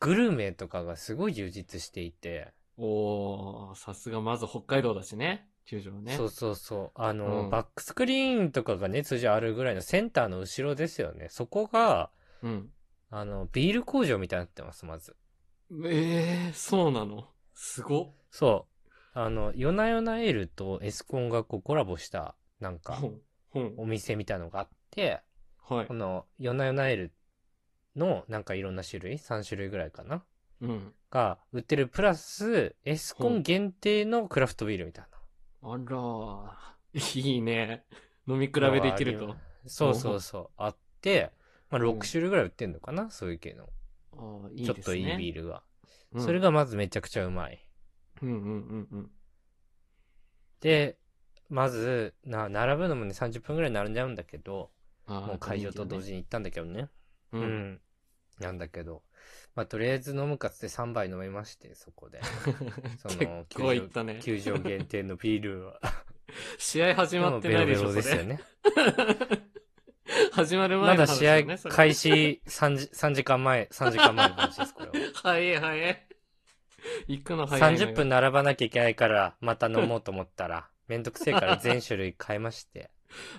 グルメとかがすごい充実していて、おー、さすがまず北海道だしね、球場ね。そうそうそう。あの、うんバックスクリーンとかがね、通常あるぐらいのセンターの後ろですよね。そこが、うん。あの、ビール工場みたいになってます、まず。ええー、そうなのすごっ。そう。あの、夜な夜なエールとエスコンがこうコラボした、なんかほ、ん。ほん。お店みたいのがあって、はいこ。の、夜な夜なエールの、なんかいろんな種類、3種類ぐらいかな、うん。が売ってる、プラス、エスコン限定のクラフトビールみたいな。あらー、 いいね。飲み比べできると。そうそうそう、あって、まあ、うん6種類ぐらい売ってんのかな、そういう系の。あーいいですね。ちょっといいビールが。うんそれ。がまずめちゃくちゃうまい。うんうんうんうん。で、まず、な、並ぶのもね、30分ぐらい並んじゃうんだけど、あーもう会場と同。時に行ったんだけどね。う。うんん。なんだけど、まあ、とりあえず飲むかっつって3杯飲めまして、そ こで。その結構いったね。球場限定のビールは。試合始まってないでしょ、もベロベロでそすよれ。ね。 始まるま前のだ話試よね。合それ開始3時 ,3 時間前、3時間前の話です、これは。早い早い。行くの早いのよ。 30分並ばなきゃいけないから、また飲もうと思った ら、めんどくせえから全種類変えまして。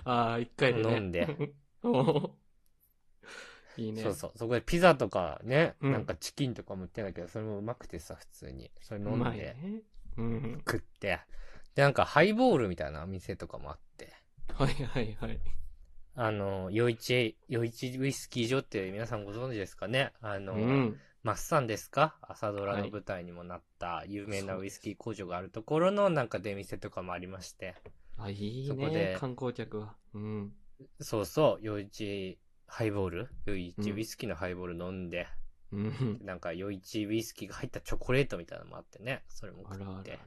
ああ、一回でね。飲んで。 おー いいね。そうそう。そこでピザとかね、うんなんかチキンとかも売ってんだけど、それもうまくてさ、普通に。それ飲うんまいで、ね。うん。食って。で、なんかハイボールみたいな店とかもあって。はいはいはい。あの、余市、余市ウイスキー場って皆さんご存知ですかねあの、うん。マッサンですか朝ドラはのい舞台にもなった有名なウそうでイすスキー工場があるところのなんか出店とかもありまして。あ、いいそこでね。観光客は。うん。そうそう、余市ハイボール余市うんウイスキーのハイボール飲んで、うん。なんか余市ウイスキーが入ったチョコレートみたいなのもあってね、それもあ食らあらっあて。ら。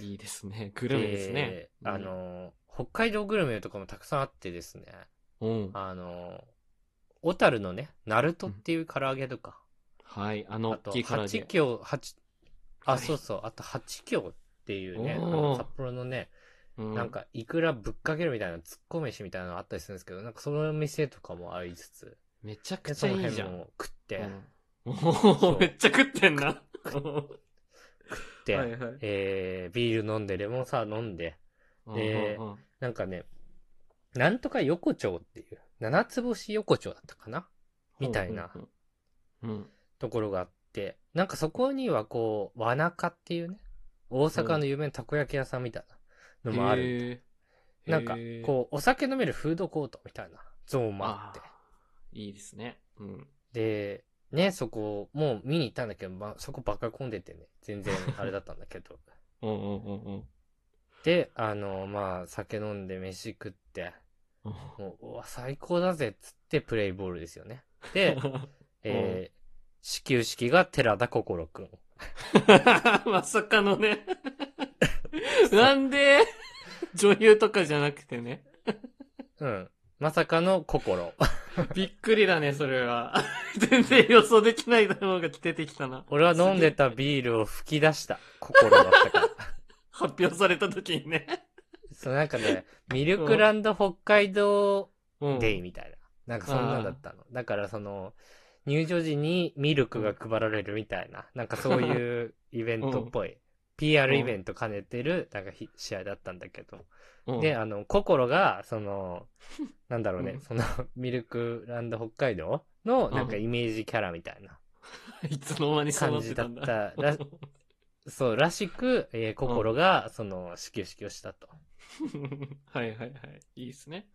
いいですね。グルメですねで。あの、北海道グルメとかもたくさんあってですね、うん、うん。あの、小樽のね、ナルトっていう唐揚げとか、はい。あの、あ大と、きいから八京、八、あ、そうそう、あと八京っていうね、あおーの札幌のね、うん、なんか、いくらぶっかけるみたいな、ツッコ飯みたいなのあったりするんですけど、なんかその店とかもありつつ、めちゃくで、ちそゃのいい辺じゃん。も食って、うんおそうーめっちゃ食ってんな。はで、い はい。えー、ビール飲んで、レモンサワー飲んで、でうんうんうんなんかね、なんとか横丁っていう、七つ星横丁だったかなみたいな。うんうんうん。ところがあって、なんかそこにはこう、わなかっていうね、大阪の有名なたこ焼き屋さんみたいなのもある。る。なんかへー、こう、お酒飲めるフードコートみたいなゾーンもあって。ーいいですね。うん。で、ね、そこ、もう見に行ったんだけど、まあ、そこばっかり混んでてね、全然あれだったんだけど。うんうんうんうんで、あの、まあ、酒飲んで飯食って、うん。、もう、うわ、最高だぜっつってプレイボールですよね。で えー、始球式が寺田心くん。まさかのね。 なんで、女優とかじゃなくてね。うん。まさかの 心。びっくりだね、それは。 全然予想できないだろうが出てきたな。俺は飲んでたビールを吹き出した心だったか ら。発表された時にね。そう、なんかね、ミルクランド北海道うんデイみたいな。なんかそんなんだったの。だからその、入場時にミルクが配られるみたいな、なんかそういうイベントっぽい。PR イベント兼ねてる、なんかひ試合だったんだけど。うんで、あの、心が、そ の、なんだろうね、うんその、ミルクランド北海道の、なんかうんイメージキャラみたいな。いつの間にそうなってたんだ。感じだったそう、らしく、えー心が、その、始球式をしたと。 はいはいはい。いいですね。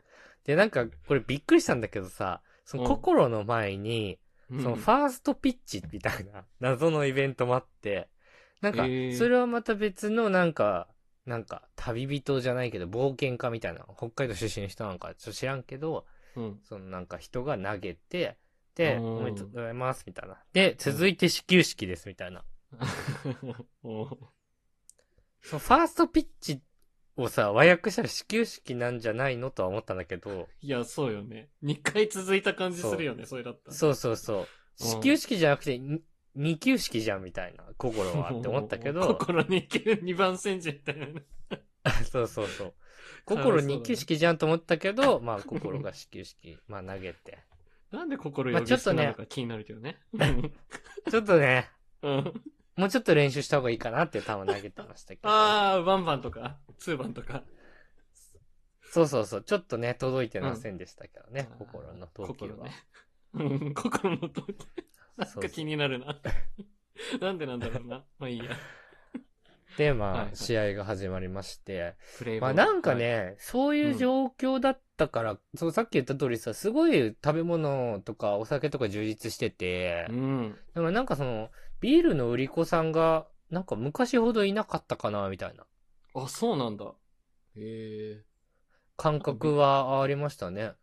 で、なんか、これびっくりしたんだけどさ、そのうん心の前に、うんそのファーストピッチみたいな謎のイベントもあって、なんかへー、それはまた別のなんか、なんか、旅人じゃないけど、冒険家みたいな、北海道出身の人なんかちょっと知らんけど、うん そのなんか人が投げて、で、うんおめでとうございます、みたいな。で、続いて始球式です、みたいな。おそのファーストピッチをさ、和訳したら始球式なんじゃないのとは思ったんだけど、いや、そうよね。2回続いた感じするよね、それだったら。そうそうそう。うん始球式じゃなくて、に二級式じゃんみたいな、心はって思ったけど、 心に生きる2番煎じみたいなね。そうそう そう。かわいそうだ心ね二級式じゃんと思ったけど、まあ心が始球式、まあ投げて。なんで心呼び捨てなのか気になるけどね。ちょっとね、うん。もうちょっと練習した方がいいかなっていう球投げてました けど。ああ、ワンバンとか、ツーバンとか。そうそうそう。ちょっとね、届いてませんでしたけどね、うん心の投球 は。心ね。うん、心のそ時。うなんそうか気になるな。なんでなんだろうな。まあいいや。で、はいまはいあ、試合が始まりまして。プレイまボーあルなんか、ね、そういう状況だったから、そうさっき言った通りさ、すごい食べ物とかお酒とか充実しててはい、うん。だからなんかその、ビールの売り子さんが、なんか昔ほどいなかったかな、みたいなあ、そうなんだ。へ感覚はありましたね。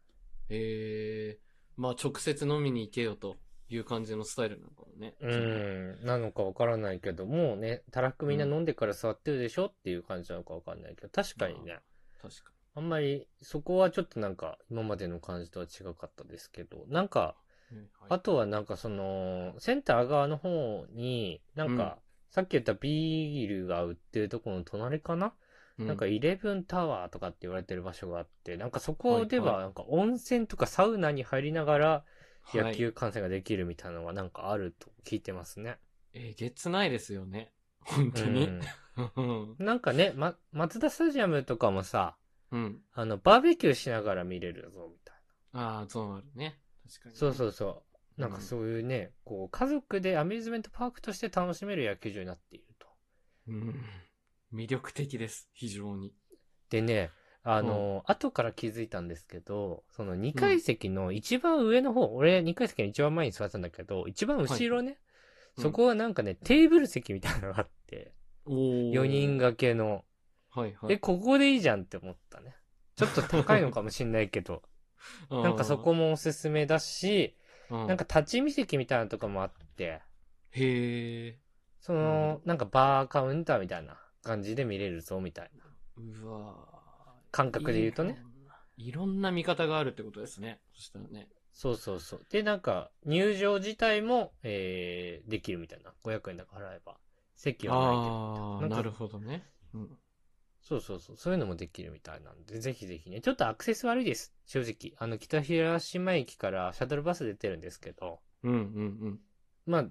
え。へえ。まあ直接飲みに行けよという感じのスタイルなのかもね。うん、なのかわからないけど、もうね、たらくみんな飲んでから座ってるでしょっていう感じなのかわかんないけど、確かにね、確かあんまり、そこはちょっとなんか、今までの感じとは違かったですけど、なんか、に。うんはいあとはなんかその、センター側の方に、なんうんか、さっき言ったビールが売ってるところの隣かな、なんか、イレブンタワーとかって言われてる場所があって、なんかそこではいはは、なんか温泉とかサウナに入りながらはい野球観戦ができるみたいなのはなんかあると聞いてますね。えげつないですよね。本当うにん。うん。なんかね、ま、松田スタジアムとかもさ、うん。あの、バーベキューしながら見れるぞ、みたいああ、ゾーンあるね。確かに。な。そうう。そうそう。なんかそういうね、こう、家族でアミューズメントパークとして楽しめる野球場になっていると。うん。魅力的です。非常に。でね、あの、後から気づいたんですけど、その2階席の一番上の方、俺2階席の一番前に座ってたんだけど、一番後ろね、うんそこはなんかね、テーブル席みたいなのがあって、お4人。掛けの、はいはい。え、ここでいいじゃんって思ったね。ちょっと高いのかもしんないけど、うなんかそこ、もおすすめだし、ななんか、立ち見席みたいなのとかもあって、へえ。その、なんかバーカウンターみたいな感じで見れるぞ、みたいなうわー感覚で言うとね。。いろんないろんな見方があるってことですね。そしたらね。そうそうそう。で、なんか、入場自体も、えー、できるみたいな。500円だから払えば、席は空いてるみたいあなあ、なんか。なるほどね。うん。そうそうそう。そういうのもできるみたいなんで、ぜひぜひね。ちょっとアクセス悪いです。正直。あの、北広島駅からシャトルバス出てるんですけど、うんうんまあ、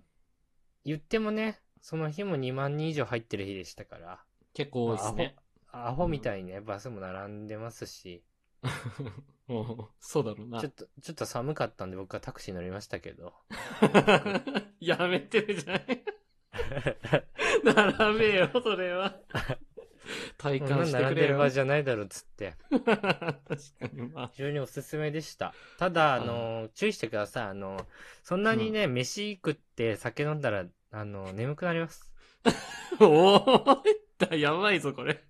言ってもね、その日も2万人以上入ってる日でしたから、結構多いですね。アホみたいにね、バスも並んでますし、うん そうだろうなちょっ。と、ちょっと寒かったんで僕はタクシー乗りましたけど。 やめてるじゃない。 並べよ、それは。体こんな感んして並くんでれるよ。場じゃないだろうっつって。 確かに、まあ。非常におすすめでした。ただ、あの、注意してください。あの、そんなにね、飯食って酒飲んだら、あの、眠くなります。おーだやばいぞ、これ。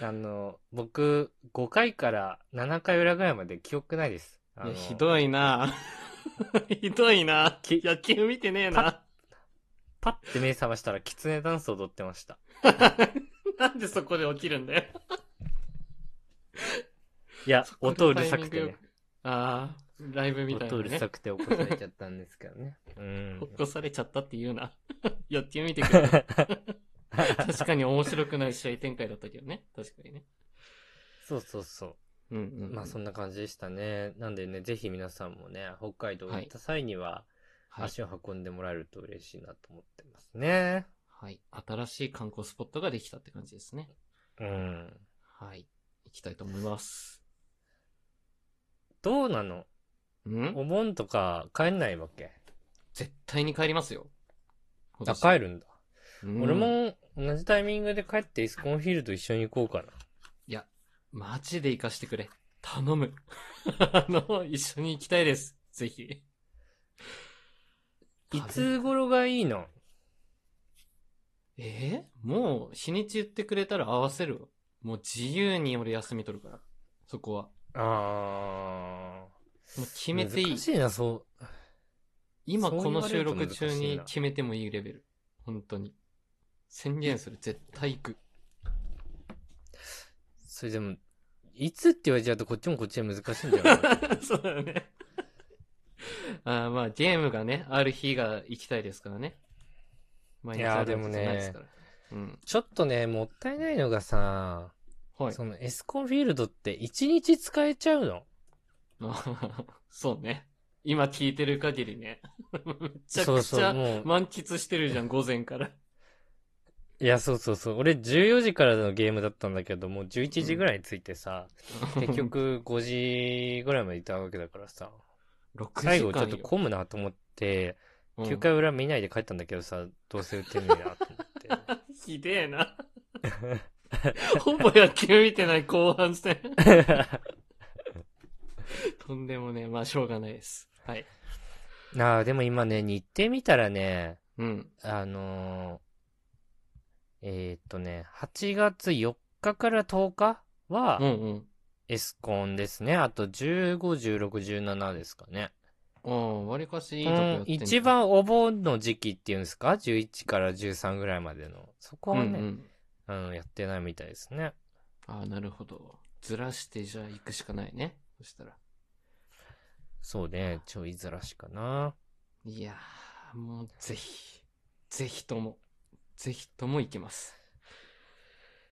あの、僕、5回から7回裏ぐらいまで記憶ないです。あいのやひどいな ひどいなき野球見てねえな。パッて目覚ましたら、キツネダンス踊ってました。なんでそこで起きるんだよ。いやそ、こで音うるさくタイてミングよね。ああ、ライブみたいな、音ね。うるさくて起こされちゃったんですけどね。うん起。こされちゃったって言うな。 野球見てくれ。 確かに面白くない試合展開だったけどね。確かにね。そうそうそう。うんうまあそんな感じでしたね。なんでね、ぜひ皆さんもね、北海道行った際には、はい。足を運んでもらえると嬉しいなと思ってますね。はい。新しい観光スポットができたって感じですね。うん。はい。行きたいと思います。どうなのうんお盆とか帰んないわけ絶対に帰りますよ。今あ、年帰るんだ。うん俺も同じタイミングで帰ってイスコンフィールド一緒に行こうかな。いや、マジで行かしてくれ。頼む。 あの、一緒に行きたいです。ぜひ。いつ頃がいいのえーもう、日にち言ってくれたら合わせるわ。もう自由に俺休み取るから。そこは。あもう決ー。めていい難。しいな、そ今そうこ言のわれ収ると録中難しいにな決めてもいいレベル。本当に。宣言する。絶対 行く。う。それでも、いつって言われちゃうとこっちもこっちで難しいんだよ な。そうだよね。 あーまあ、ゲームがね、ある日が行きたいですからね。毎いやーあるわけじゃないすから。うん。ちょっとね、もったいないのがさ、はい。そのエスコンフィールドって一日使えちゃうのあ そうね。今聞いてる限りね。 めちゃそくうそちう、ゃもう。満喫してるじゃん、午前から。いや、そうそうそう。俺14時からのゲームだったんだけど、もう11時ぐらいに着いて さ、結、局5時ぐらいまでいたわけだから さ、 6最時後ちょっ間とよ。混むなと思って、うん9回裏見ないで帰ったんだけどさ、どうせ打てねえなと思って。 ひで えな。ほぼ野球見てない後 半戦。とんでもねえ。まあ、しょうがないです。はい。ああ、でも今ね、日程見たらね、うん。あのーえーっとね、8月4日から10日は、うんうん。エスコンですね。あと15、16、17ですかね。うん、わりかしいいとこやうっん、てんじゃん一、番お盆の時期っていうんですか ?11 から13ぐらいまでの。そこうんうはね、ん。うんやってないみたいですね。ああ、なるほど。ずらして、じゃあ行くしかないね。そしたら。そうね、ちょいずらしかな。いやー、もうぜひ、ぜひとも、ぜひとも行きます。